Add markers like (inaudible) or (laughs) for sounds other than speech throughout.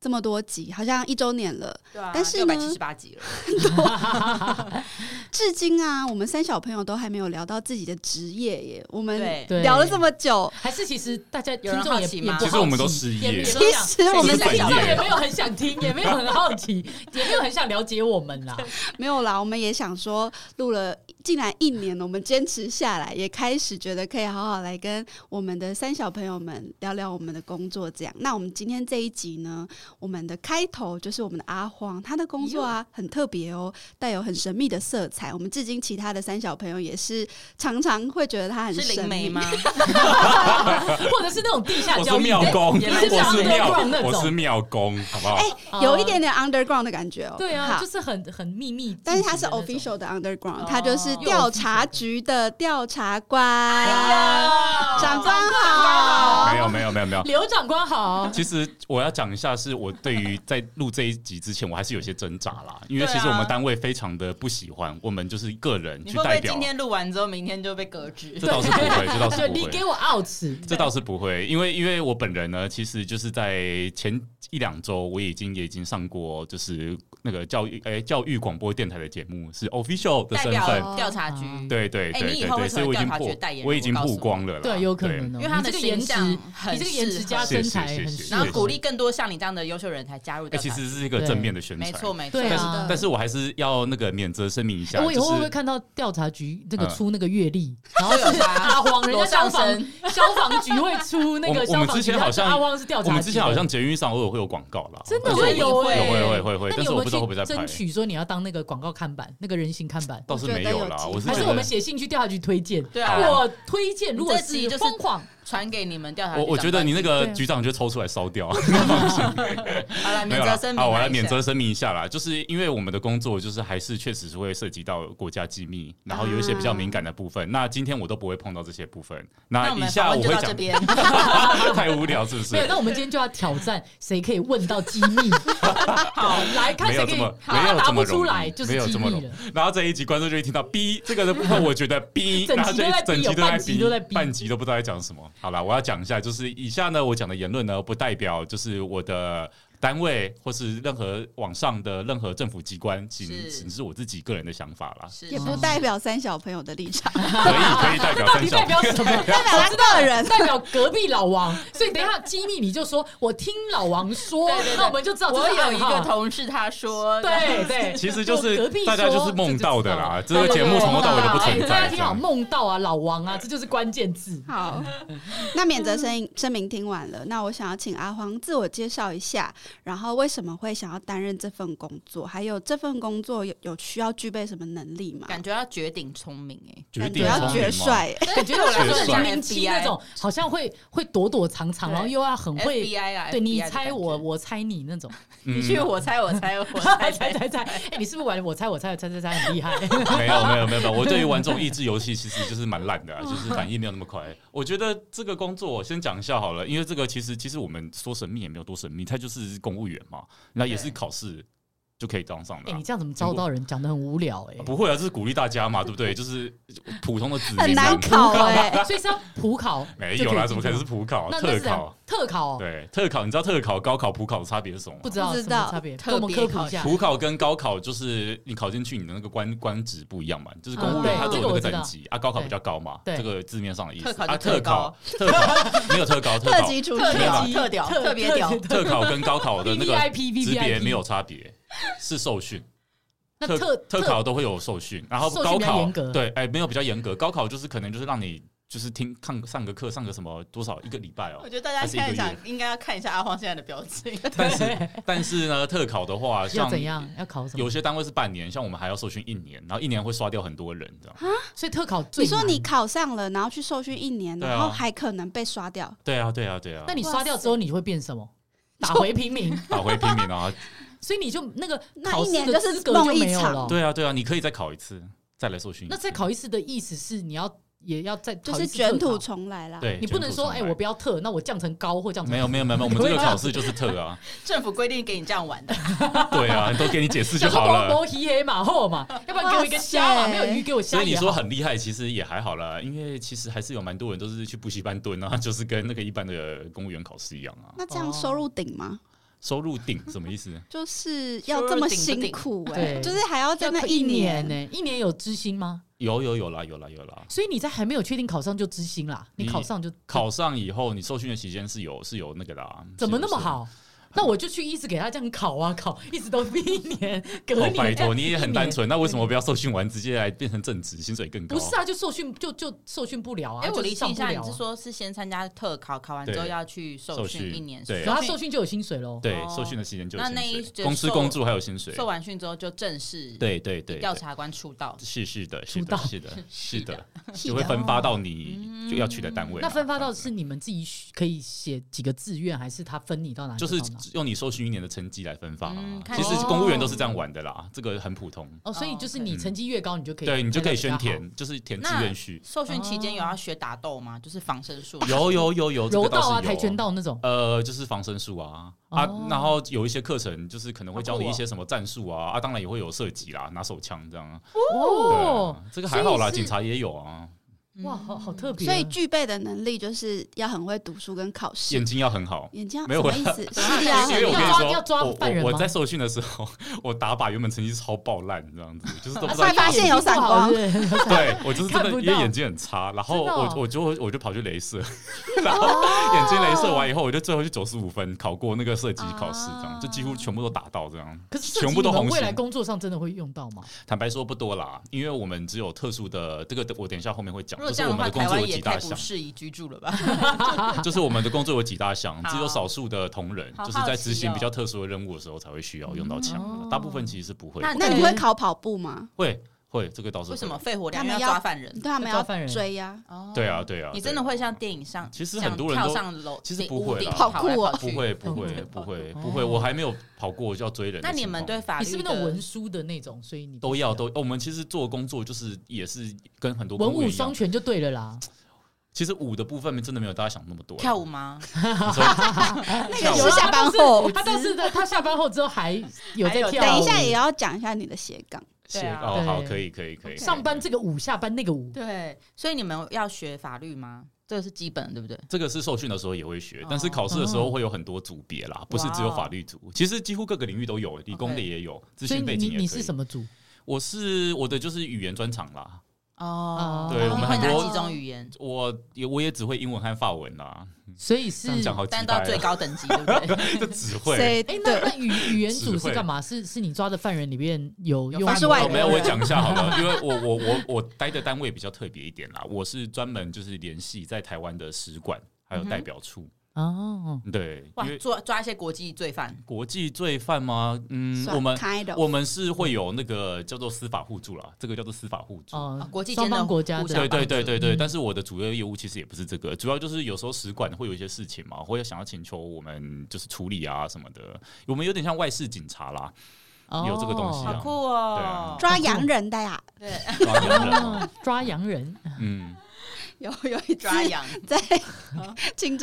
这么多集，好像一周年了。对啊但是六呢百七十八集了，至今啊，我们三小朋友都还没有聊到自己的职业耶。我们对对聊了这么久，还是其实大家有听人众好也奇也吗不其实我们都失业也也其不想实我们其实听众本业也没有很想听，也没有很好奇， (laughs) 也没有很想了解我 (laughs) 们啦。没有啦，我们也想说，录了竟然一年了，我们坚持下来，也开始觉得可以好好来跟我们的三小朋友们聊聊我们的工作。这样，那我们今天这一集呢，我们的开头就是我们的阿荒，他的工作啊很特别哦，带有很神秘的色彩。我们至今其他的三小朋友也是常常会觉得他很是神灵媒秘吗？？或者是那种地下我交是易，妙公，也蛮我是妙像，那种我是妙公，好不好？(laughs) 啊有一点点 underground 的感觉哦。对好啊，就是很很秘密，但是他是进行的那种 official 的 underground，、哦他就是调查局的调查官。啊长官好没有没有没有没有。刘长官好，其实我要讲一下，是我对于在录这一集之前，我还是有些挣扎啦，因为其实我们单位非常的不喜欢我们就是个人 (laughs) 啊你去会不代会表今，天录完之后，明天就被革职这？倒是不会，这倒是对，不你会给。我 out，这倒是不会，因为因为我本人呢，其实就是在前一两周，我已经也已经上过，就是那个教育诶、哎教育广播电台的节目，是 official 的代身份，表调查局，嗯对对哎对你以对后对，会所成为以我已经调查局曝的代言人我已我经告诉曝你光了啦，对，有可能哦，因为他你的这个形颜值，象很你这个颜值加适合身材很是是是适然后合，鼓励更多像你这样的优秀人才加入哎、调查其局。实是一个正面的宣传，没错，没错对。但啊是、但是我还是要那个免责声明一下，欸我以后会就不会是看到调查局那个嗯出那个阅历，然然 (laughs) 后后是有阿他黄， (laughs) 人家消上防身，消防局会出那我个们消我防们局，之前好像阿汪是调查局我的，们之前好像捷运上偶尔会有广告啦，真的但是我会有会哎、有欸会会会会但那你是有我没不知道会有不去会在争拍取说你要当那个广告看板，那个人形看 (laughs) 板？倒是没啦，我我觉是觉还得是我们写信去调查局推荐？对啊我推荐，如果这集就是是疯狂，传给你们调查局我长官。我觉得你那个对啊局长就抽出来 (laughs) 烧掉，好了，没免有责啦声，明。好，我来免责。声明一下啦，就是因为我们的工作就是还是确实是会涉及到国家机密，然后有一些比较敏感的部分，那今天我都不会碰到这些部分，啊那我以们下访我问就会到这讲，边。 (laughs) 太无聊是不是 (laughs) 没有？？那我们今天就要挑战谁可以问到机 (laughs) 密，好来看没有谁可这以么没答有这答么不容出易来就没是有机这么容密易了。然后这一集观众就会听到 B 这个的部 (laughs) 分，我觉得 B，整集然后这一都在整逼集有都在半集都在逼半集都不知道在讲什么。好了，我要讲一下，就是以下呢，我讲的言论呢，不代表就是我的。单位或是任何网上的任何政府机关，仅是，仅是我自己个人的想法啦 (laughs) 是也不代表三小朋友的立场，可以可以代表到 (laughs) 三底小代，表什么？代表他个 (laughs) 人。代表隔壁老王，所以等一下机密你就说，我听老王说对对，对那我们就知道这我是有暗一号个同事，他说，(laughs) (laughs) 对对，其实就隔是壁说大家就是梦到的啦，这个节目从头到尾都不存哎大家在。这听好，样梦到啊，老王啊，这就是关键字。好，那免责声声明听完了，那我想要请阿黄自我介绍一下，然后为什么会想要担任这份工作，还有这份工作有有需要具备什么能力吗？感觉要绝顶聪明哎。绝感顶觉啊要聪明绝嘛帅、感 (laughs) 觉对我来说很像确实零七那种，好像会会躲躲藏藏，对然后又要很会， FBI 啦，对 FBI 你的猜感我，觉，我猜你那种，嗯你去我猜我猜我 (laughs) 猜猜猜猜猜猜，哎，你是不是玩我猜我猜我猜猜猜很厉害？没有没有没有没有，我对于玩这种益智游戏其实就是蛮懒的、啊，就是反应没有那么快。我觉得这个工作我先讲一下好了，因为这个其实其实我们说神秘也没有多神秘，它就是公务员嘛，那也是对考试就可以当上的哎，啊、你这样怎么招到人？讲的很无聊哎啊。不会啊，这是鼓励大家嘛，对不对？就是普通的子民很难这样考哎、所以是要普考，没有啦，就怎么可以能进是去吗普考、啊那那特是怎样考？特考哦，对，特考，你知道特考、高考、普考的差别是什么吗不？知道不什知道么差别，特跟我们别科普考一下。普考跟高考就是你考进去，你的那个官官职不一样嘛，就是公务员嗯他都这有那个我个知道等级啊，高考比较高嘛，对这个字面上的意思特考就啊，特特考高 (laughs) 特考没有特高特特考级厨特师没有屌特屌啦特特别屌， (laughs) 特考跟高考的那个 VIP 级别 VIP 没有差别，是受训。 (laughs) 那特特特考都会有受训，然后受训高比较考严格对，哎，没有比较严格，高考就是可能就是让你就是听看上个课上个什么多少一个礼 (laughs) 拜哦我，觉得大家还是一个看一下月，应该要看一下阿荒现在的表情。但是但是呢，特考的话要像怎样？要考什么有？些单位是半年，像我们还要受训一年，然后一年会刷掉很多人，这样。所以特考最你说难你考上了，然后去受训一年，对啊然后还可能被刷掉，对啊，对啊，对啊。 (laughs) 那你刷掉之后，你会变什么？打回平民， (laughs) 打回平民啊，所以你就那个那考一试年的就是资格就梦一没有场了。对啊，对啊，你可以再考一次，再来受训。那再考一次的意思是你要也要再就考一是次特卷土考重来啦。对，你不能说哎、哎、我不要特，那我降成高或降成没有没有没有，没有我们这个考试就是特 (laughs) 啊，政府规定给你这样玩的，对啊，都给你解释就想说好包 (laughs) 了。包黑黑马 (laughs) 后嘛，要不然给我一个虾哇塞嘛，没有鱼给我虾所以你也说好。很厉害，其实也还好啦，因为其实还是有蛮多人都是去补习班蹲啊， (laughs) 就是跟那个一般的公务员考试一样啊。那这样收入顶吗？收入顶什么意 (laughs) 思？就是要这么辛苦哎、对就是还要在那要一年呢、年。一年有知心吗？有有有啦有啦有啦，所以你在还没有确定考上就知心啦，你你考上就考上以后你受训的期间是有是有那个的、啊，怎么那么是有？好？那我就去一直给他这样考啊考，一直都 (laughs) 一年隔哦年。，拜托，你也一很年单。纯，那为什么不要受训完直接来变成正职，薪水更高？不是啊，就受训就就受训不了啊。哎，我就理是解上一不下，了你啊是说是先参加特考，考完之后对要去受受训训一年，对啊然后他训受训就有薪水喽。对哦，受训的期间就有那那薪一水，就公司受工作还有薪水，受完训之后就正式对对对，以对调查官出道，是是的，出是道的，是的，是的，是就会分发到嗯你就要去的单位嘛。那分发这到样子是你们自己可以写几个志愿，还是他分你到哪里就到是哪？用你受训一年的成绩来分发嗯嘛。看其实起来公务员都是这样玩的啦，这个很普通。哦，所以就是你嗯成绩越高，你就可以对你就可以先分填，就是填志那愿序。受训期间有哦要学打斗吗？就是防身术？有有有有，到比这较好。个柔道倒啊、是有跆拳。道那种，呃，就是防身术啊啊哦，然后有一些课程就是可能会教好你酷哦一些什么战术啊啊，当然也会有射击啦，拿手枪这样啊。对哦啊，这个还好啦，所以是警察也有啊，哇，好好特别。所以具备的能力就是要很会读书跟考试眼。睛要很好。眼睛要没有啊什么意 (laughs) 思？视力要因啊为很我跟好你要抓说，要抓我犯人我我吗在受训的时候， (laughs) 我打靶原本成绩超爆烂，这样子，就是都不知啊所道以。发现有闪光眼 (laughs) 睛不好是不是对我就是真看的，不因为到眼睛很差，然后真的哦我我就我就跑去镭射，然后眼睛镭射完以后，我就最后就九十五分，考过那个射击考试，这样就几乎全部都打到这样。可是全部都设计你们红未来线。工作上真的会用到吗？坦白说不多啦，因为我们只有特殊的这个，我等一下后面会讲，如果就这是样的我话，们的工台作有湾几也大太不项。适宜居住了 (laughs) 吧？就是我们的工作有几大项，好只有少数的同仁好就是在执好奇哦行比较特殊的任务的时候才会需要用到枪嗯的，大部分其实是不会的。那那你会考跑步吗？会会，这个倒是会为什么？肺活量他因们为要要抓嗯犯人？对啊他们要要抓犯人追呀、哦对啊，，对啊，你真的对啊会像电影上，其实像很多人跳都上楼，其实不会啦好酷哦不会不 (laughs) 对会不会哦不会，我还没有跑过就要追人嗯的情那况。你们对法你律是不是那种文书的那种？所以你都要都，哦我们其实做工作就是也是跟很多文公务员武一样双全就对了啦。其实舞的部分真的没有大家想那么多啦。啊跳舞吗？(laughs) 你说，那跳个舞是下班哦后，他但是呢，他下班后之后还有在还有跳 (laughs) 舞。等一下也要讲一下你的斜杠。对啊哦，好，对可以可以可以。上班这个舞，下班那个舞。对，所以你们要学法律吗？这个是基本的，对不对？这个是受训的时候也会学哦，但是考试的时候会有很多组别啦，不是只有法律组。其实几乎各个领域都有，理工的也有，资所以讯背你景也你是什么？么组？我是我的就是语言专长啦，哦，对我们会很哪多几种语言？我也我也只会英文和法文啊啦，所以嗯这是样讲哎，好几嗯但百到最了，高等级，对不对？ (laughs) 这只会。谁那对？那语语言组只是会干嘛？是是你抓的犯人里面有有用犯人是外哦国没有，人我讲一下好了，因为我我我我待的单位比较特别一点啦，我是专门就是联系在台湾的使馆还有代表处，哦，对，因哇，为抓抓一些国际罪犯，国际罪犯吗？嗯，算我们 kind of 我们是会有那个叫做司法互助啦，这个叫做司法互助。哦啊，国际间双的方国家互的相对对对对对，嗯但是我的主要业务其实也不是这个，主要就是有时候使馆会有一些事情嘛，或者想要请求我们就是处理啊什么的，我们有点像外事警察 (laughs) 啦，哦有这个东西啊好酷对哦啊！抓洋人的呀，对，抓洋人哦抓洋人，嗯，有有一次抓羊，在 (laughs) 清真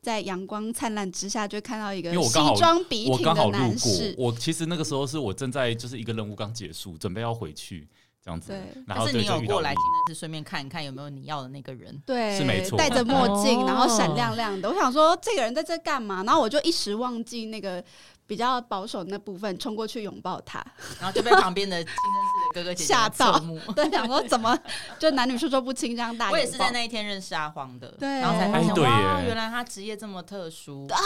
在阳光灿烂之下，就看到一个因为我西刚好装笔我挺刚的好路男过士，，我其实那个时候是我正在就是一个任务刚结束，准备要回去这样子对，然但后是对你有就遇到过来，你真的是顺便看一看有没有你要的那个人。对，是没错戴着墨镜，哦然后闪亮亮的。我想说，这个人在这干嘛？然后我就一时忘记那个比较保守那部分，冲过去拥抱他。 (laughs) 然后就被旁边的清真寺的哥哥姐姐吓到侧目。对，想说怎么就男女授受不亲这样大拥抱？我也是在那一天认识阿黄的，对然后才发哎现对哇，耶原来他职业这么特殊。啊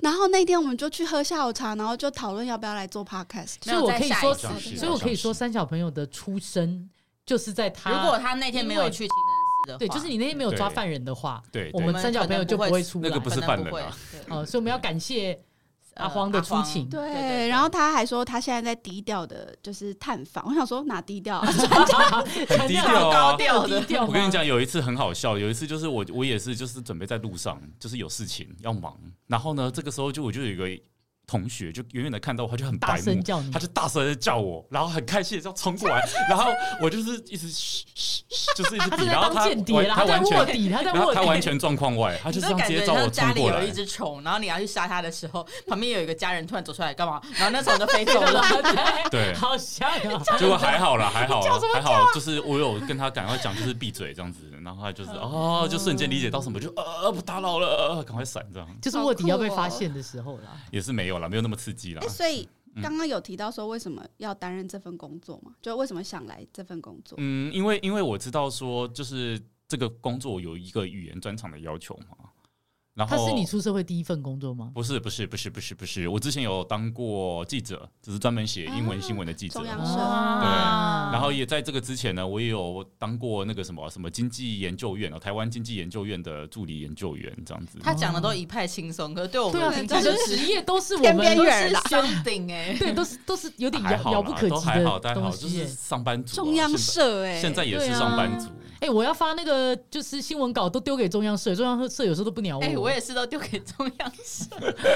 然后那天我们就去喝下午茶，然后就讨论要不要来做 podcast。所以我可以说，没有在下一集所以我可以说三小朋友的出生就是在他如果他那天没有去清真寺的话，对，就是你那天没有抓对犯人的话，对，我对们对三小朋友就不会出来。那个不是可能犯人会啊，对呃哦，所以我们要感谢阿荒的出勤对，对对对然后他还说他现在在低调的，就是探访。我想说哪低调、 (laughs) 啊？ (laughs) 很低调啊高。调的低调吗我跟你，讲，有一次很好笑，有一次就是我我也是就是准备在路上，就是有事情要忙，然后呢，这个时候就我就有一个同学就远远的看到我，他就很大白声目，叫你他，就大声的叫我，然后很开心的这样冲过 (laughs) 来，然后我就是一直嘘嘘嘘就是一直他比，正在然后当他间谍完啦，他在完卧全，底，他在然后卧他底。完全状况外，他就你这就样直感接觉找我像冲家里过有来一。只虫，然后你要去杀它的时候，旁边有一个家人突然走出来干嘛？然后那虫就飞走了。 (laughs) (laughs) (laughs) 对好像啊， (laughs) 结果还好啦，还好啦，还好，就是我有跟他赶快讲，就是闭嘴这样子，然后他嗯就是哦，就瞬间理解到什么，就呃不打扰了，呃赶快闪这样，就是卧底要被哦发现的时候啦。也是没有啦，没有那么刺激啦哎、。所以嗯刚刚有提到说为什么要担任这份工作嘛？就为什么想来这份工作？嗯，因为因为我知道说，就是这个工作有一个语言专长的要求嘛，然他后是你出社会第一份工作吗？不是不是不是不是不是，我之前有当过记者，就是专门写英文新闻的记者中。央社啊然后也在这个之前呢，我也有当过那个什么什么经济研究院哦，台湾经济研究院的助理研究员这样子。他讲的都一派轻松，可是对我对啊，们平你常的就职业都是我天们边都缘是人啦相，顶 (laughs) 哎，对，都是都是有点还遥好遥啦不可都及还好，的但东好就西是耶。上班族啊、中央现社哎、在现在也对是啊上班族。哎，我要发那个就是新闻稿都丢给中央社，中央社有时候都不哦鸟我。哎、我也是都丢给中央 (laughs) 社。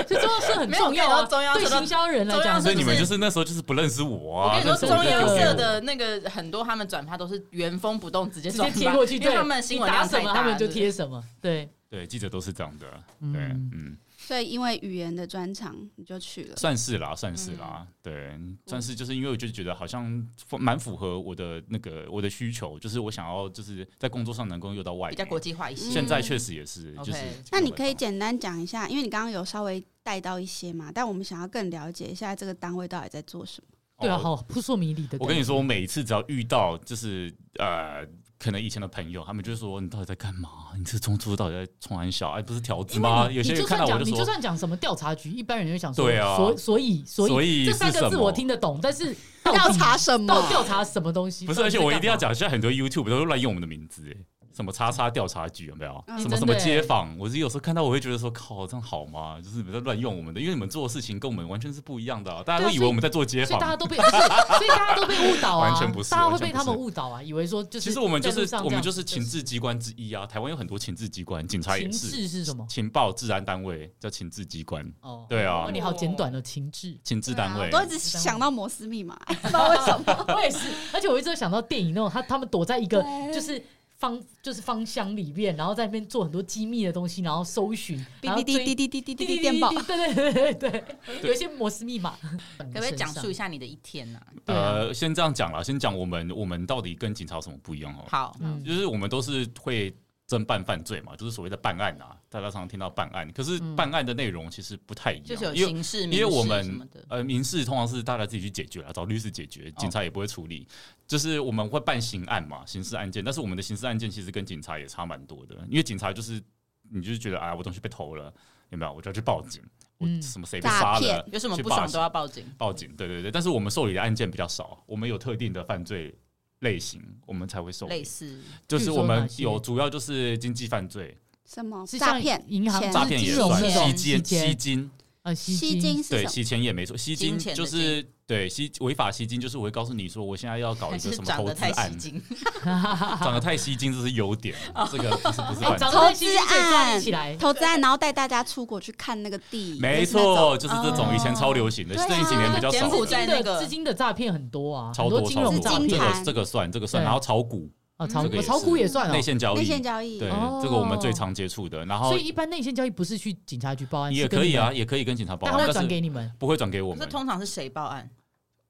所以中央社很没有重要看啊，到中央社对都行销人来中讲，央所社以你们就是那时候就是不认识我啊！我跟你说，那时候中就央丢给社我的那个很多他们转发都是原封不动直接直转接发贴过去，因为对他们新闻你打量什太么，大，他们就贴什么。对，对记者都是这样的，对，嗯嗯，所以因为语言的专长你就去了。算是啦，算是啦，对，算是就是因为我就觉得好像蛮符合我的那个我的需求，就是我想要就是在工作上能够用到外比语较，国际化一些。现在确实也是，嗯就是 OK 那你可以简单讲一下，因为你刚刚有稍微带到一些嘛，但我们想要更了解一下这个单位到底在做什么。对啊，哦好扑朔迷离的。我跟你，说，我每次只要遇到就是呃，可能以前的朋友，他们就说你到底在干嘛？你这中途到底在冲安小？哎，不是条子因为吗？你有些你人就看算到我讲，就你说就，算讲什么调查局，一般人就想说，对啊所所以所所以这是三个什字么我听得懂，但是到底调查什么？到调查什么东西？不是，到而底且我一定要干讲，嘛。现在很多 YouTube 都乱用我们的名字，哎，什么叉叉调查局有没有？嗯什么真什的么欸街坊，我是有时候看到我会觉得说，靠，这样好吗？就是你们在乱用我们的，因为你们做的事情跟我们完全是不一样的啊，大家对啊都以为我们在做街所以大坊家。都被，不是所以大家都被误导啊！完全不是大家会完全被不他们是误导啊，以为说就是其实我们就在路是上这样我们就是情治机关之一啊，台湾有很多情治机关，警察也情是，志是什么？情报治安单位叫情治机关，哦， (laughs) 对啊，哇你好简短的情志情治单位对啊我都一直想到摩斯密码，不知道为什么。我也是，而且我一直有想到电影那种他他们躲在一个对就是。方就是芳香里面，然后在那边做很多机密的东西，然后搜寻，然哔后哔滴追滴滴滴滴滴滴电报，对对对对对，有一些摩斯密码。可可不可以讲述一？下你的一天呢、对啊呃，先这样讲啦，先讲我们我们到底跟警察有什么不一样哦？好，嗯就是我们都是会侦办犯罪嘛，就是所谓的办案啊，大家常常听到办案，可是办案的内容其实不太一就样，是有因为刑事、因为我民事什么们的。呃民事通常是大家自己去解决了，找律师解决，警察也不会处理。就是我们会办刑案嘛，刑事案件，但是我们的刑事案件其实跟警察也差蛮多的，因为警察就是你就是觉得啊，我东西被偷了，有没有？我就要去报警，我嗯什么谁被杀诈了骗，有什么去不报爽警都要报警。报警，对对对。但是我们受理的案件比较少，我们有特定的犯罪类型，我们才会受类理。似就是我们比如说哪些有主要就是经济犯罪、什么是诈像骗、银行钱诈骗也算、金吸融金、吸吸金，啊，吸吸金金，是什对，么？吸钱也没错，吸金金钱的就是对吸违法吸金，就是我会告诉你说，我现在要搞还一个 (laughs) 是什么长投得资太吸案，睛，长得太吸金这是优点，这个不是不是哎，犯找罪。到吸金可以抓你起来。投资案，然后带大家出国去看那个地， (laughs) 没错，就是这种以前超流行的，对啊近几年比较柬少埔了，寨那个资金的诈骗很多啊，超很多多金超融多诈金这骗牌个这个算这个算，对然后炒股啊，炒这个也是炒股也算内哦。线交内易，线交易。对哦，这个我们最常接触的，然后所以一般内线交易不是去警察局报案，也是跟可以你啊，们，也可以跟警察报但案他，会但转是给你们不会转给我可是们。通常是谁报案？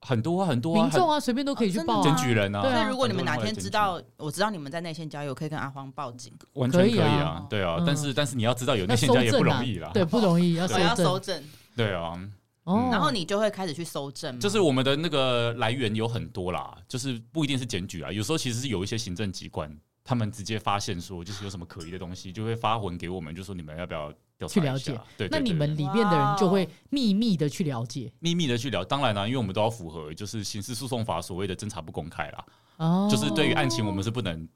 很多啊，很多啊，民众啊，随便都可以去报很啊。检举人啊，对啊所以如果你们哪天知道，我知道你们在内线交友，可以跟阿荒报警，完全可以可以啊啊，对啊嗯。但是但是你要知道有要那些搜家也不证容啊易啦，，对，不容易，要我要证搜。证，对啊，哦然后你就会开始去搜证嘛。就是我们的那个来源有很多啦，就是不一定是检举啊，有时候其实是有一些行政机关，他们直接发现说就是有什么可疑的东西，就会发文给我们，就说你们要不要调查去一下了解？对，对那对你对们对里面的人就会秘密的去了解秘密的去聊，当然啊啦、因为我们都要符合就是刑事诉讼法所谓的侦查不公开啦，哦，就是对于案情我们是不能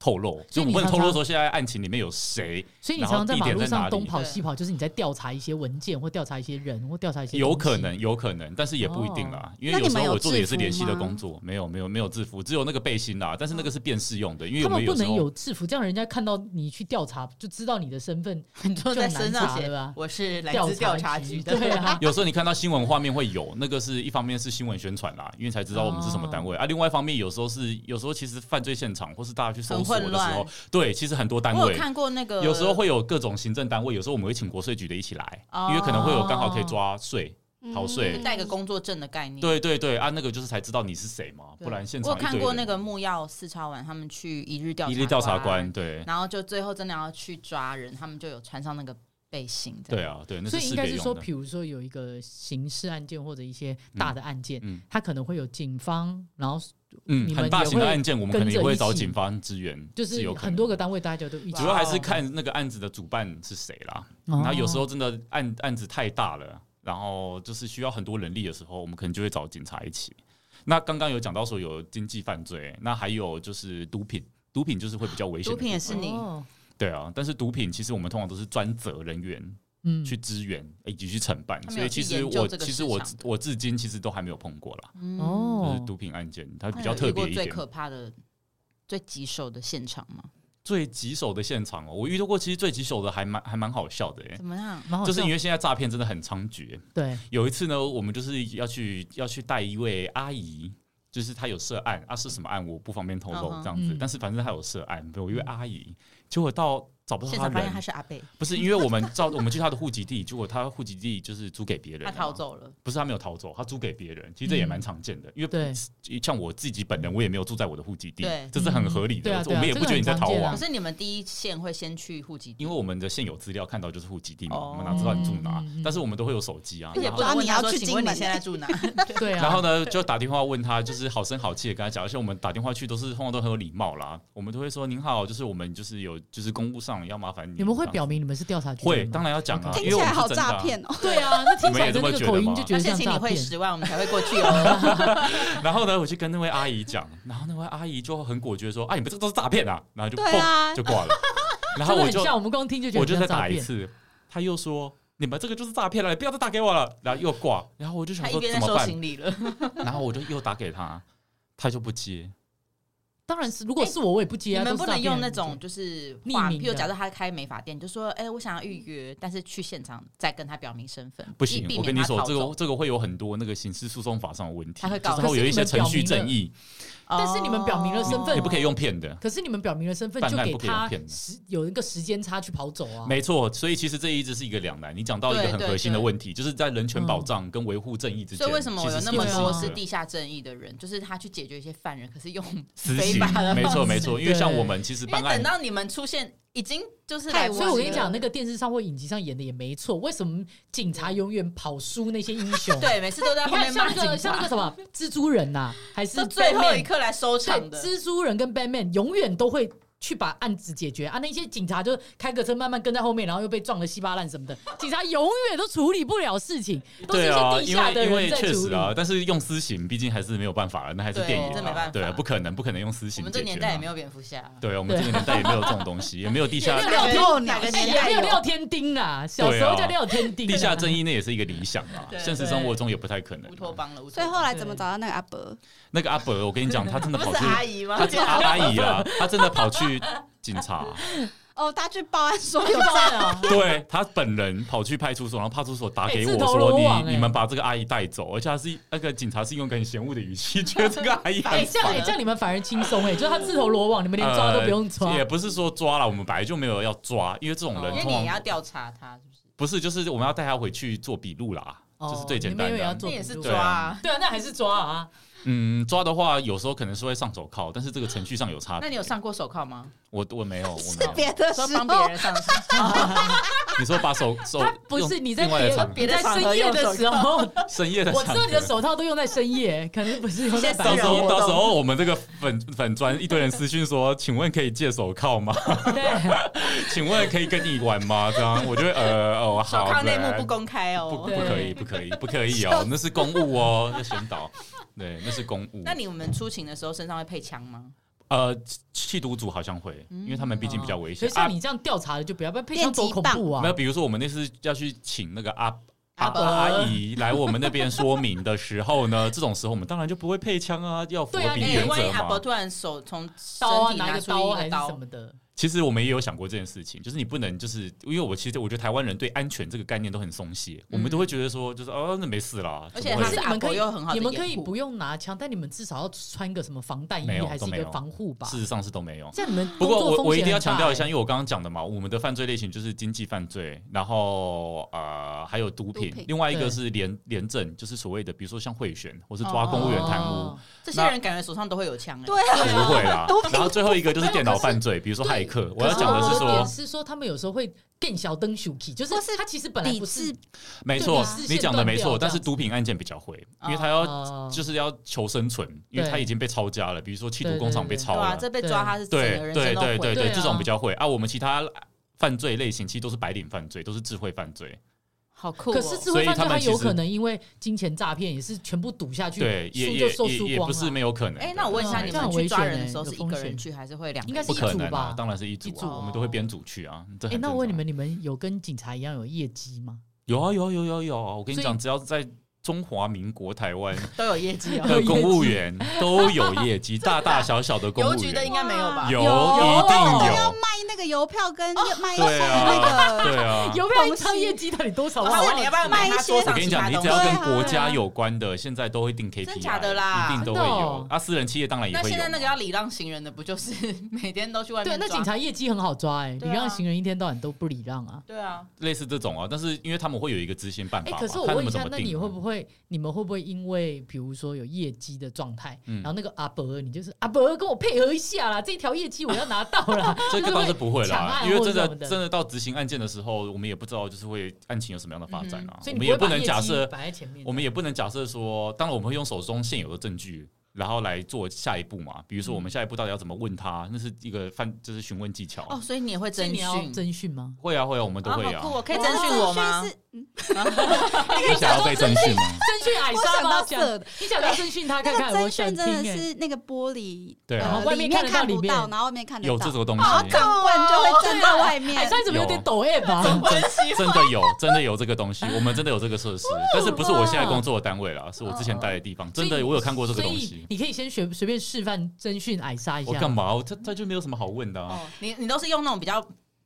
透露，就所以我你们不能常透常露说现在案情里面有谁，所以你然常后常在地马点路在上哪东里。跑西跑，就是你在调查一些文件，或调查一些人，或调查一些有东可西能，有可能，但是也不一定啦，因那为你有时们候有我做的也制是联服系的吗工作，没有没有没有制服，只有那个背心啦，但是那个是辨识用的，因为他我们们不有时能有候，制服，这样人家看到你去调查就知道你的身份， (laughs) 你就在身就上很难查写了吧我是来自调查 (laughs) 局的，对啊 (laughs) 有时候你看到新闻画面会有那个是一方面是新闻宣传啦，因为才知道我们是什么单位、啊，另外一方面有时候是有时候其实犯罪现场或是大家去搜很索混的时候乱，对，其实很多单我位有看过那个，有时候会有各种行政单位，有时候我们会请国税局的一起来，哦因为可能会有刚好可以抓税。逃税带个工作证的概念。对对对，啊，那个就是才知道你是谁嘛，对，不然现我有场一看堆过人那个木曜四超完，他们去一日调一日调查官，，对然后就最后真的要去抓人，他们就有穿上那个背心。这样对啊，对，那所是以应识该别是用说，的比如说有一个刑事案件或者一些大的案件，嗯它可能会有警方，然后你嗯，们很大也型的会案件，我们跟可能也着一会找起警方支援，就是是有可很能多个单位大家就一起主要还是哇哦看那个案子的主办是谁啦。哦然后有时候真的案案子太大了，然后就是需要很多人力的时候，我们可能就会找警察一起。那刚刚有讲到说有经济犯罪，那还有就是毒品，毒品就是会比较危险毒的部分。品也是你哦对啊，但是毒品其实我们通常都是专责人员嗯去支援，以及去承办，他们所有以去其实研究我这个其市实我场至我至今其实都还没有碰过啦，嗯就是哦，毒品案件它那比较有特哎遇过别一最点。可怕的、最棘手的现场吗？最棘手的现场哦，我遇到过，其实最棘手的还蛮还蛮好笑的耶，欸怎么样？蛮好就是笑因为现在诈骗真的很猖獗。欸对有一次呢，我们就是要去要去带一位阿姨，就是她有涉案啊，是什么案我不方便透露嗯哼这样子，嗯但是反正她有涉案，有一位阿姨，结果到找不到现她场发现他人，是阿贝，不是因为我们照我们去她的户籍地，结果她户籍地就是租给别人，啊他逃，走了。不是她没有逃走，她租给别人，其实这也蛮常见的，因嗯对 (laughs) 为像我自己本人，我也没有住在我的户籍地对，这是很合理嗯对啊的，对啊我们也这不个觉得你在很逃常见啊亡可。是你们第一线会先去户籍地，因为我们的现有资料看到就是户籍地嘛，哦我们哪知道你住哪？嗯嗯嗯但是我们都会有手机啊，而且然不后能问他抓说：“你要去请问金你门现在 (laughs) 住哪对啊，然后呢就打电话问他，就是好声好气的跟他讲，而且我们打电话去都是通常都很有礼貌啦，我们都会说您好，就是我们就是有就是公务上要麻烦你，你们会这样表明你们是调查局的会吗当然要讲啊， OK 听因起为我来们好是真的啊诈。骗哦。对啊，那听起来你们也这的么那个觉口得音吗就？” (laughs) 觉要得先像请你诈汇骗。十万，我们才会过去 (laughs) 哦。然后呢，我去跟那位阿姨讲，然后那位阿姨就很果决地说啊，你们这个都是诈骗啊，然后就对啊嘣就挂了， (laughs) 然后真的我很就像，我们光听就觉得我就很再像打诈一骗。次，他又说。你们这个就是诈骗了，你不要再打给我了。然后又挂，然后我就想他一说边怎在么收办？行李了，然后我就又打给他，他就不接。当然是，如果是我，我也不接哎你啊。们都是不诈能骗用啊那你种觉就是匿化，名譬如的假设他开美发店，就说：“哎，我想要预约，但是去现场再跟他表明身份，不以行避，我免跟你他说逃，这走个这个会有很多那个刑事诉讼法上的问题，他会就告是它会有一些程序正义，但是你们表明了身份哦你不可以用骗的得。可是你们表明了身份，办就案给不可以他用骗的时有一个时间差去跑走啊。没错，所以其实这一直是一个两难。你讲到哦一对个很对核心的对嗯问题，就是在人权保障跟维护正义之间。所以为什么我有那么其实是多这样是第地下正义的人？就是他去解决一些犯人，可是用 (laughs) 私非刑法的？没错没错，因为对像我们其实因为办等案，到你们出现，已经就是太来晚所以我跟你了讲，那个电视上或影集上演的也没错。为什么警察永远跑输那些英雄？，对，每次都在你后看面骂像警那个像那个察，什么蜘蛛人呐、还是是最后一 Batman 刻来收场对，的。蜘蛛人跟 Batman 永远都会去把案子解决啊。那些警察就开个车慢慢跟在后面，然后又被撞得稀巴烂什么的。警察永远都处理不了事情，都是一对啊，些地因下为的因为人在确处实理。啊，但是用私刑毕竟还是没有办法了，那还是对电影这没啊办对啊，法不可能不可能用私我刑们解这决年代也嘛没有蝙蝠侠，对啊我们这个年代也没有这种 (laughs) 东西，也没有地下也没有哪跳鸟个哪个哎年也代没有廖天丁啦，小时候叫廖天丁啊。地下正义那也是一个理想啊对，现实生活中也不太可能乌托啊。邦了？乌所以托后邦来怎么找到那个阿伯？那个阿伯，我跟你讲，他真的跑 (laughs) 不去是，阿姨吗他？真的阿阿姨啊，他真的跑去警察，哦，他去报案说有有诈在 (laughs) 啊，对他本人跑去派出所，然后派出所打给哎自我投罗说：“网哎你你们把这个阿姨带走。”而且他是那个警察是用很嫌恶的语气，觉得这个阿姨 (laughs) 哎，很这样哎，烦。这样你们反而轻松哎，就是他自投罗网，你们连抓都不用抓呃，。也不是说抓了，我们本来就没有要抓，因为这种因人哦为通你也要常调查他，是不是？不是，就是我们要带他回去做笔录啦，哦这是最简单你们也要的。做这也是笔录抓啊。对啊，那还是抓啊。嗯，抓的话有时候可能是会上手铐，但是这个程序上有差别。那你有上过手铐吗？我我没有，我是没有。别的时说帮别候，人上手，你说把手手他不哦用是你在另外的场合别你在深夜的时候，深夜的我场合，知道你的手套都用在深夜，可能不是用在白到时天。候到时候我们这个粉粉砖一堆人私讯说，请问可以借手铐吗？对请问可以跟你玩吗？这样我觉得呃哦手好，铐内幕对不公开不哦。不可以不可以不可以哦，那是公务哦，要宣导，对，那是公务。那你们出勤的时候身上会配枪吗？呃，弃毒组好像会，嗯因为他们毕竟比较危所险以啊像。你这样调查的就不要，不然配枪多恐怖啊没！有，比如说我们那次要去请那个阿阿阿伯伯阿姨来我们那边说明的时候呢，这种时候我们当然就不会配枪啊，要符合对啊比你哎原万一则阿伯嘛。突然手从身刀啊，体拿一拿个出刀一还个是刀什，么的，其实我们也有想过这件事情，就是你不能就是因为我其实我觉得台湾人对安全这个概念都很松懈，我们都会觉得说就是哦那没事啦，而怎且么他会是怎么会阿伯又很好的掩护，你们可以不用拿枪，但你们至少要穿个什么防弹没衣，有还是都一没个有防护吧事？实上是都没有。这样你们不工过作我风我一险定要很强大调一欸下，因为我刚刚讲的嘛，我们的犯罪类型就是经济犯罪，然后呃还有毒品毒品，另外一对个是廉廉政，就是所谓的比如说像贿选或是抓公务员贪污。哦这些人感觉手上都会有枪哎，对啊， (laughs) 不会啦都没。然后最后一个就是电没脑有可是犯罪，比如说骇客。我可要讲的我是点说，是说他们有时候会更小灯 s h 就是或是他其实本来理不是智没错对啊，你讲的没错，这样子但是毒品案件比较会，因为他要呃哦就是要求生存，因为他已经被抄家了，比如说企对图对工厂被对抄对啊，了，这被抓他是整对个人对生都对毁对对对啊，这种比较会啊。我们其他犯罪类型其实都是白领犯罪，都是智慧犯罪，好酷哦。可是智慧犯罪所以他他们其实有可能因为金钱诈骗也是全部赌下去，对，也输就也受也输也光不是了。没有可能的。哎，那我问一下，对你这样们很去危抓险人的欸时候有是一风个险人去还是会两个应人？该是不可能一组吧啊，当然是一组一组啊，我们都会编组去啊。这哎、很那正我问你常们，你们有跟警察一样有业绩吗？有啊有啊有啊有啊有啊！我跟你所以讲，只要是在中华民国台湾，都有业绩哦。的公务员都有业 (laughs) 绩，大大小小的公邮务局的员应该没有吧？有有一定有，卖那个邮票跟卖对啊那个对啊。有没有一张业绩到底多少？哦啊我他好问你要不要买他桌我上跟你其讲，他你东只西要？跟对啊国家有关的，现在都会定啊 KPI，真假的啦一定都会真的哦有。啊，私人企业当然也那会有现嘛。在那个要礼让行人的，不就是每天都去外对，面？那警。察业绩很好抓哎、对礼啊让行人一天到晚都不礼让啊。对啊，类似这种啊，但是因为他们会有一个执行办哎、法嘛，可是我看他问一们怎下么，那定啊你嘛会不会，你们会不会因为比如说有业绩的状态，嗯然后那个阿伯，你就是阿伯跟我配合一下啦，这条业绩我要拿到啦。这个倒是不会就是会抢啦，案因为或者真的什么的真的到执行案件的时候，我们也不知道就是会案情有什么样的发展啊，嗯所以我你们会也把不能业假绩设摆在前面的，我们也不能假设说，当然我们会用手中现有的证据，然后来做下一步嘛。比如说，我们下一步到底要怎么问他，那是一个犯，就是询问技巧。哦，所以你也会所以征你要询，征询吗？会啊，会啊，我们都啊会好啊。酷哦！可可以征询我吗？你想要被征询吗？征 (laughs) 询哎矮莎我吗？想到色讲你想要征询他看那看，个我真想讯听真的欸哎。是那个玻璃，对啊呃外里面面看得到看不里面到，然后外面看得有到这，种东啊哦西，钢棍就会站在外矮面莎。哎怎么有啊点抖 M 真吧？真真的有，真的有这个东西，我们真的有这个设施，但是不是我现在工作的单位啦，是我之前待的地方，真所以的我有看过这个东所以西。你可以先随随便示范征询矮莎一我下。干嘛？我这这就没有什么好问的啊。哦，你你都是用那种比较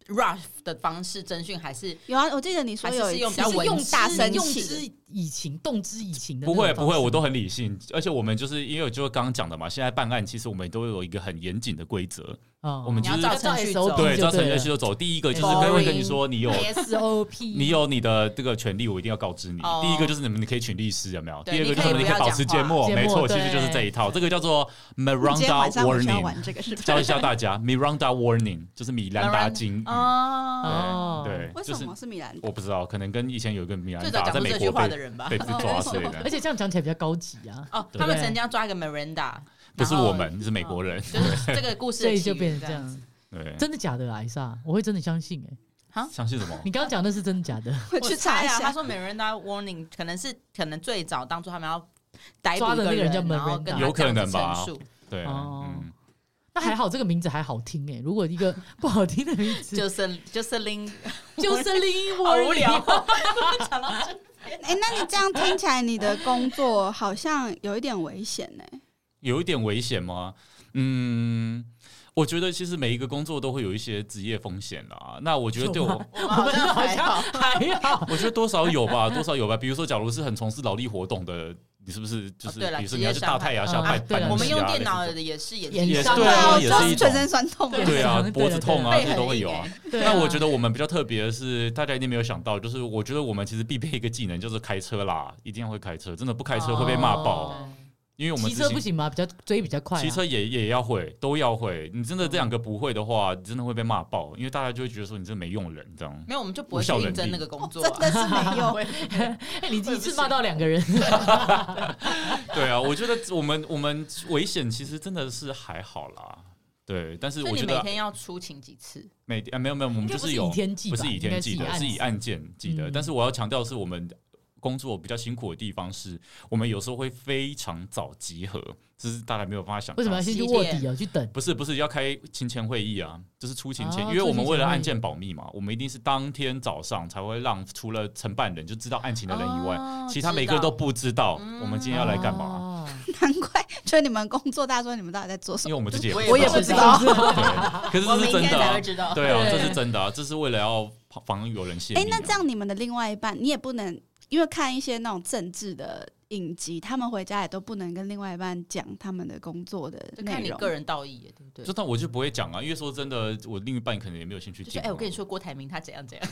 rough 的方式征询，还是有啊，我记得你说还是有是一用次比较是文用字大是声用气，之以情，动之以情的那不种会方式。不会，我都很理性，而且我们就是因为就是刚刚讲的嘛，现在办案其实我们都有一个很严谨的规则，嗯我们你就要是照程序走？ SOP 对，就照程对序了去就走。第一个就是 Boring 他会跟你说，你有哎 SOP，你有你的这个权利，我一定要告知你哦。第一个就是你们可以请律师，有没有？对第二个你就可以是不你可要以保讲持话缄默，缄没错，默其实就是这一套，这个叫做今天 Miranda 晚上我是要玩 Warning。这个 (laughs) 是不是？教一下 (laughs) 大家 Miranda Warning，就是米兰达 Miranda- 金鱼。哦哦，对为，就什是么是米兰达？我不知道，可能跟以前有一个米兰最早达讲在出美这句国话的被人吧？ (laughs) 被被抓之类而的，且这样讲起来比较高级啊。哦，对他们曾经要抓一个 Miranda，不是然后我们，是美国人。就是这个故事所的以起就变源成这这样子样，。对，真的假的，艾莎？我会真的相信哎、相信什么？你刚刚讲那是真的假的？ (laughs) 我我去查猜一啊，他下。说 Miranda warning 可能是可能最早当初他们要逮捕抓一的那个人人叫 Miranda 然后跟他有可这样子能吧陈述对，哦嗯，那还好，这个名字还好听哎、如果一个不好听的名字，就是就是林， (laughs) 就是林好我无聊，讲到这 (laughs) 哎，那你这样听起来，你的工作好像有一点危险呢。有一点危险吗？嗯，我觉得其实每一个工作都会有一些职业风险啦。那我觉得对有我吗，我们好像还好，还好，我觉得多少有吧， (laughs) 多少有吧。比如说，假如是很从事劳力活动的，你是不是就是哦对啦比如说你要去大太阳职业下伤害办对啦办啊我们用电脑类似的也是也也是也是伤对害啊，我也说是一种全身酸痛对哎。对 (laughs) 啊对，脖子痛啊，背这些很都会硬有啊欸。对啊那我觉得我们比较特别的是，大家一定没有想到，就是我觉得我们其实必备一个技能，就是开车啦，一定要会开车，真的不开车会被骂爆，哦因为我们骑之车前不行吗？比较追比较快、啊，骑车也也要会，都要会。你真的这两个不会的话，你真的会被骂爆，因为大家就会觉得说你这没用人这 (laughs) 样。没有，我们就不会去应征那个工哦作、啊真的是没 (laughs) 用，哎、你一次骂到两 (laughs) 个人，对啊，我觉得我们我们危险其实真的是还好啦。对，但是所以我你觉每得天要出勤几次？每啊没有没有，我们应该就不是有以天计吧不是以应该天是计以的，案是子以案件计的。嗯但是我要强调的是我们工作比较辛苦的地方是，我们有时候会非常早集合，这是大家没有办法想为什么要象。先去卧底哦啊？去等不是不是要开勤前会议啊，就是出勤前，哦因为我们为了出勤前会议案件保密嘛，我们一定是当天早上才会让除了承办人就知道案情的人以外，哦其他每知个人道都不知道我们今天要来干嘛。嗯哦难怪，就你们工作，大家说你们到底在做什因么？为我们自己也我也不知知道，哦道，对，可啊是我这明是真天的才啊会，知道。对啊，对这是真的啊，这是为了要防防有人泄哎、密啊。那这样你们的另外一半，你也不能因为看一些那种政治的影集，他们回家也都不能跟另外一半讲他们的工作的就看内你容。个人道义耶，对不对就？那我就不会讲啊，因为说真的，我另一半可能也没有兴趣就是听。哎，我跟你，说，郭台铭他怎样怎样，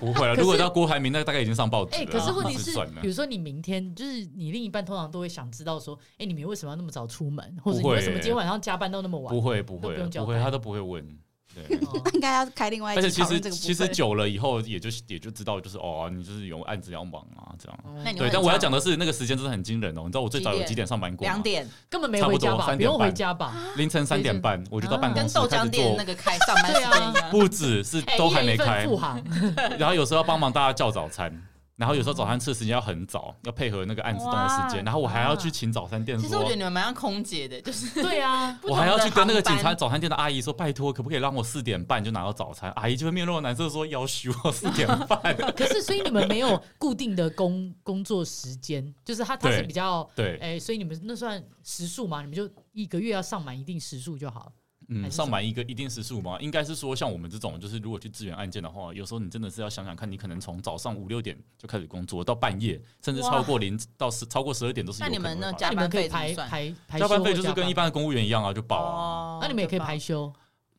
不会了。啊可是如果到郭台铭，那大概已经上报纸哎、了。可是问题那是算，了比。如说你明天就是你另一半，通常都会想知道说，哎、你们为什么要那么早出门，或者你不会为什么今天晚上加班啊到那么晚？不会不会啊都不用交不代会，他都不会问。对， (laughs) 哦 (laughs) 那应该要开另外而一且集其讨实论这个部分。其实久了以后，也就也就知道，就是哦，你就是有案子要忙啊，这样。那你会对，很但我要常讲的是，那个时间真的很惊人哦。你知道我最早几有点几点上班过吗？两点根本没回家差不多吧？三不点半用回家吧？凌晨三点半，我就到办公跟室豆开浆始店那做，个开上班时间一样。啊不止是 (laughs) 哎都一还人没一份开，付 (laughs) 航， (laughs) 然后有时候要帮忙大家叫早餐，然后有时候早餐吃的时间要很早，要配合那个案子动的时间，哦哇然后我还要去请早餐店其实我觉得说，你们蛮像空姐的，就是对啊，我还要去跟那个警察察早餐店的阿姨说，拜托，可不可以让我四点半就拿到早餐？阿姨就会面露难色说，要许我四点半。 (laughs) 可是所以你们没有固定的工工作时间，就是他他是对比较对，哎、所以你们那算时数嘛？你们就一个月要上满一定时数就好了。还嗯，是上满一个一定时数吗？应该是说，像我们这种，就是如果去支援案件的话，有时候你真的是要想想看，你可能从早上五六点就开始工作，到半夜，甚至哇超过零到十，超过十二点都是有那可你能会发们生。呢那加你们班可费以排怎么算哦排排加班休费或就是跟一般班，哦的公务员一样啊，就报啊。那你们也可以排休。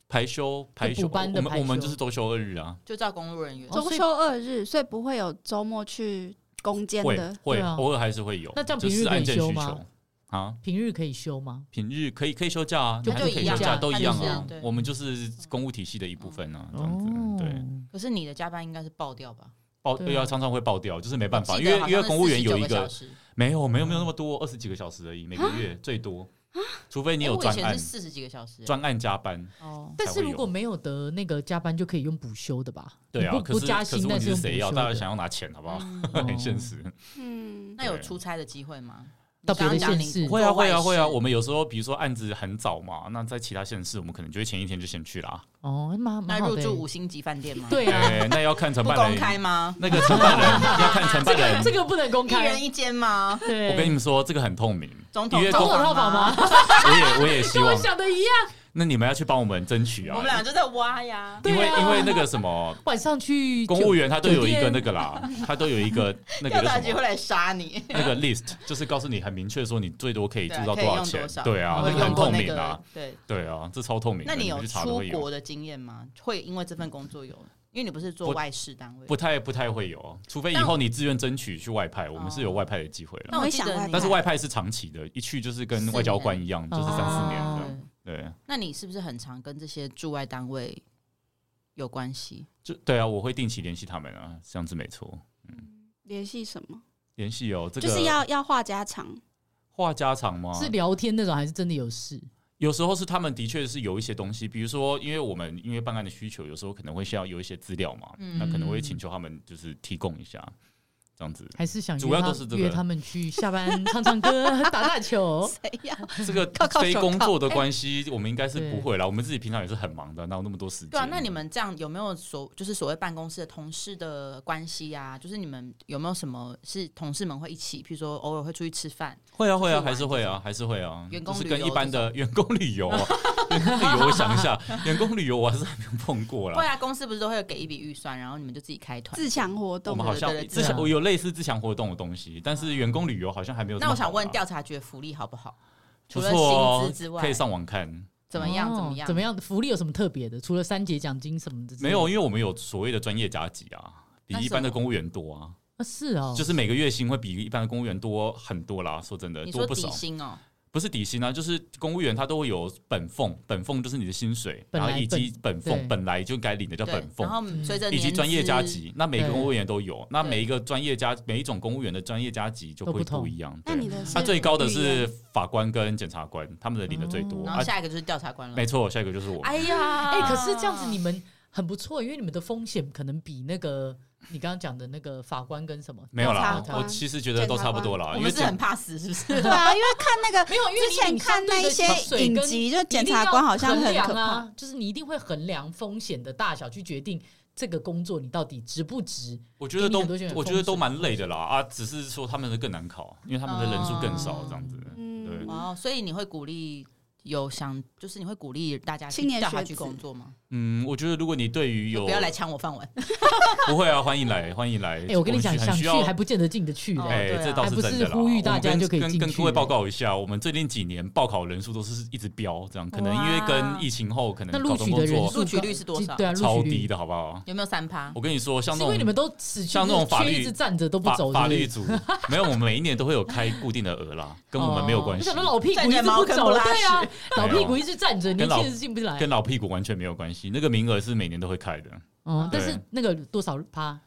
排休排休，补班的我们排休我们就是周休二日啊，就叫公路人员。哦中秋二日，所以不会有周末去攻坚会的。会对啊偶尔还是会有。那这样就平日是可以按件休需吗求啊，平日可以休吗？平日可以可以休假啊，就还是可以就休一样假，都一那样就是这啊样哦对。我们就是公务体系的一部分啊，这样子哦对。可是你的加班应该是爆掉吧？爆对啊对啊，常常会爆掉，就是没办法，记因得为好像因为是公务员有一49个小个时，没有没有没嗯有那么多，二十几个小时而已，每个啊月最多，除非你哎有我以专前案是四十几个小时。专案加班，哦，但是才会如果有没有得那个加班，就可以用补休的吧？对啊不，可不是加可是薪，问但题用是补谁要？休大家的想要拿钱，好不好？哦 (laughs) 很现实。嗯，那有对啊出差的机会吗？到别的你刚刚讲县市你会啊做外会啊会啊！事我们有时候比如说案子很早嘛，那在其他县市，我们可能就会前一天就先去啦。哦，蛮那蛮好入的住欸。五星级饭店吗？，对啊，对，那要看承不办公人，开吗？那个承办 (laughs) 人要看承这办个人。这个不能公一人开。一间吗？对，我跟你们说，这个很透明，总统因为总公统套房房吗？？我也我也希跟我望。 (laughs) 想的一样。那你们要去帮我们争取我啊们，俩就在挖呀。因为对啊因为那个什么晚上去公务员他都有一个啊酒店那个啦，他都有一个那调个查叫局什会么来杀你，那个 list，就是告诉你很明确说你最多可以住对啊到可以多少用钱多少？，对啊，我那有个用很过透那明个啊，对，对啊，这超透明的。那你有们去查都出会有国。的经验吗？会因为这份工作有，因为你不是做不外事单位，不太不太会有，除非以但后你自愿争取去外派，我们是有哦外派的机会了。但我我也记想得外你但是派外派是长期的，一去就是跟四外交年官一样，就是三四年哦的。对对，那你是不是很常跟这些驻外单位有关系？就对啊，我会定期联系他们啊，这样子没错。联系什么？联系哦，这个就是要要话家常。话家常吗？是聊天那种，还是真的有事？有时候是他们的确是有一些东西，比如说，因为我们因为办案的需求，有时候可能会需要有一些资料嘛，嗯那可能会请求他们就是提供一下，(laughs) 这样子。还是想约主要他都是这个约他们去下班唱唱歌、 (laughs) 打打球。谁呀？这个靠靠非手工铐作哎的关系，我们应该是不会啦。我们自己平常也是很忙的，哪有那么多时间？对啊，那你们这样有没有所就是所谓办公室的同事的关系啊？就是你们有没有什么是同事们会一起，譬如说偶尔会出去吃饭？会啊，会啊，出去玩还是会啊，还是会啊，员就工是旅跟游一般的员工旅游啊， (laughs) 员工旅游，我想一下，员工旅游我还是还没有碰过会啦。啊，公司不是都会有给一笔预算，然后你们就自己开团。自强活我动们好像对对对自对强啊我有类似自强活动的东西，但是员工旅游好像还没有那这么我好啦。想问调查局的福利好不好？除不了错哦，薪资之外可以上网看。怎么样？哦怎么样？怎么？样？福利有什么特别的？除了三节奖金什么的之没类的？有，因为我们有所谓的专业加级啊，比那是一般的什么公务员多啊，啊，是哦，就是每个月薪会比一般的公务员多很多啦。说真的，你多说不底少，薪哦，不是底薪啊，就是公务员他都会有本俸，本俸就是你的薪水，本然来后以及本对俸本来就该领的叫对本，俸然。后嗯随着以及年专业加资，级，那每个对公务员都有，那对每一个专业加每一种公务员的专业加级就都会不同不一样。那对你的是那最高的语言是法官跟检察官，他们的领的最多嗯然后啊。下一个就是调查官了。没错，下一个就是我。哎呀，啊哎、可是这样子你们很不错，因为你们的风险可能比那个你刚刚讲的那个法官跟什么？没有啦检察，官我其实觉得都差不多啦，我啊因们为是很怕死，是不是？ (laughs) 对啊，因为看那个没有，因为之前看那一些影集，就检察官好像很可怕。啊，就是你一定会衡量风险的大小去决定这个工作你到底值不值。我觉得给你都很多选择我觉得都蛮累的啦啊，只是说他们的更难考，因为他们的人数更少哦这样子。嗯对哇，哦所以你会鼓励有想，就是你会鼓励大家去青年叫他学去子工作吗？嗯，我觉得如果你对于有不要来抢我饭 (laughs) 碗，不会啊，欢迎来，欢迎来。哎，我跟你们讲，需想很需去要还不见得进得去哦嘞。哎、对啊这倒还不真是的啦。呼吁大我家跟就可以跟进跟去各位了报告一下，我们最近几年报考人数都是一直飙，这样可能因为哇跟疫情后可那能录高取中的工人作数录取率是多少对啊，录超取低率。的好不好？有没有三趴？我跟你说，像是那因为你种们都死去像那种法律缺一直站着都不法走，法是不是律组没有，我们每一年都会有开固定的额啦，跟我们 (laughs) 没有关哦我系想，说老屁股一站着直茅不坑走不了，拉对啊屎，老屁股一直站着，跟年老轻人进不来跟。老屁股完全没有关系。那个名额是每年都会开的，哦，但是对那个多少趴？好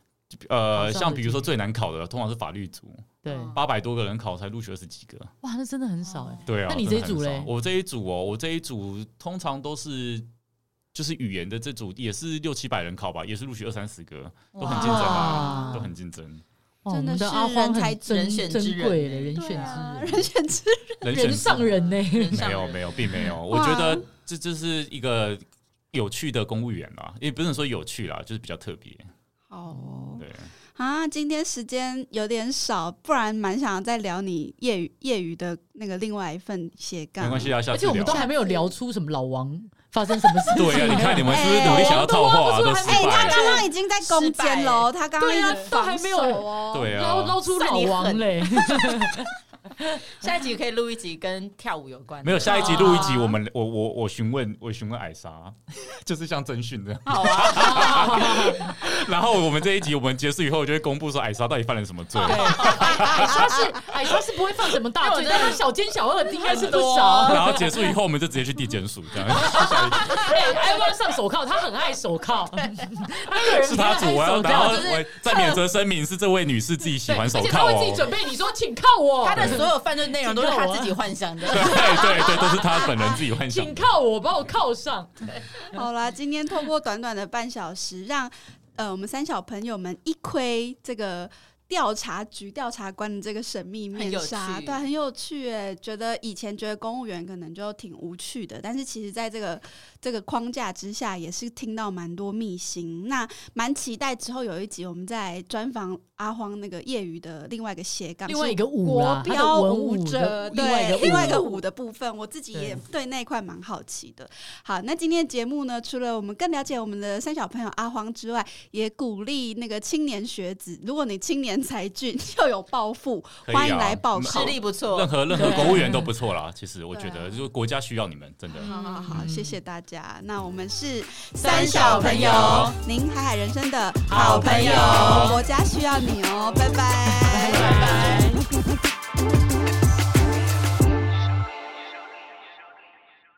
呃，像像是比这如说样最难考的，通常是法律组，对，哦八百多个人考才录取二十几个。哇，那真的很少哎。对啊，那你真的这一组很少嘞我这一组哦，我这一组通常都是就是语言的这组也是六七百人考吧，也是录取二三十个，都很竞争啊，哇都很竞争。哇真的哦我们的是阿荒人才很珍人选之珍贵人的欸人选对啊， (laughs) 之人人，选之人选人上人呢？人上没有人没有，并没有。我觉得这这是一个有趣的公务员啦，也不是说有趣啦，就是比较特别。好哦对， (laughs) 啊！今天时间有点少，不然蛮想再聊你业余业余的那个另外一份斜杠。没关系啊，下而次且我们聊都还没有聊出什么老王发生什么事 (laughs) 情。对啊， (laughs) 你看你们是哎不是努力想要套话、啊、都失哎、他败了？刚刚已经在攻坚喽，他刚刚一对啊直都还防没有守哦。对捞啊捞，出老 (laughs) 王嘞，下一集可以录一集跟跳舞有关，没有下一集录一集，我们我我我询问我询问艾莎， (laughs) 就是像征讯这样。好啊， (laughs) 然后我们这一集我们结束以后，就会公布说艾莎到底犯了什么罪。矮莎是矮莎是不会犯什么大罪，因为我真的但他小奸小恶应该是不很少多。然后结束以后，我们就直接去地检署，这样哎，还要不要上手铐？他很爱手 (laughs) 铐，那个人是他主。我要手然后铐，我再免责声明，是这位女士自己喜对，欢而手且他铐会自己准哦。备，你说请铐我，他的所有犯罪内容都是他自己幻想的对。对对，都是他本人自己幻想请的。铐我，把我铐上。 (laughs) 好啦，今天透过短短的半小时，让呃我们三小朋友们一窥这个调查局调查官的这个神秘面很有纱，趣对，很有趣诶。觉得以前觉得公务员可能就挺无趣的，但是其实在这个这个框架之下，也是听到蛮多秘辛。那蛮期待之后有一集我们再来专访阿荒那个业余的另外一个斜杠，另外一是个舞国啦，他的标文舞武者，的对，另另外外一一个个舞舞的部分，我自己也对对那一块蛮好奇的。好，那今天的节目呢，除了我们更了解我们的三小朋友阿荒之外，也鼓励那个青年学子，如果你青年才俊 (laughs) 又有抱负，可以啊欢迎来报嗯考实。力不任错，何任何公务员都不错啦，其实我觉对得，啊就是国家需要你们，真的。好好好，谢谢大家。那我们是三小朋友，您海海人生的好朋友国家需要你哦，拜拜拜拜。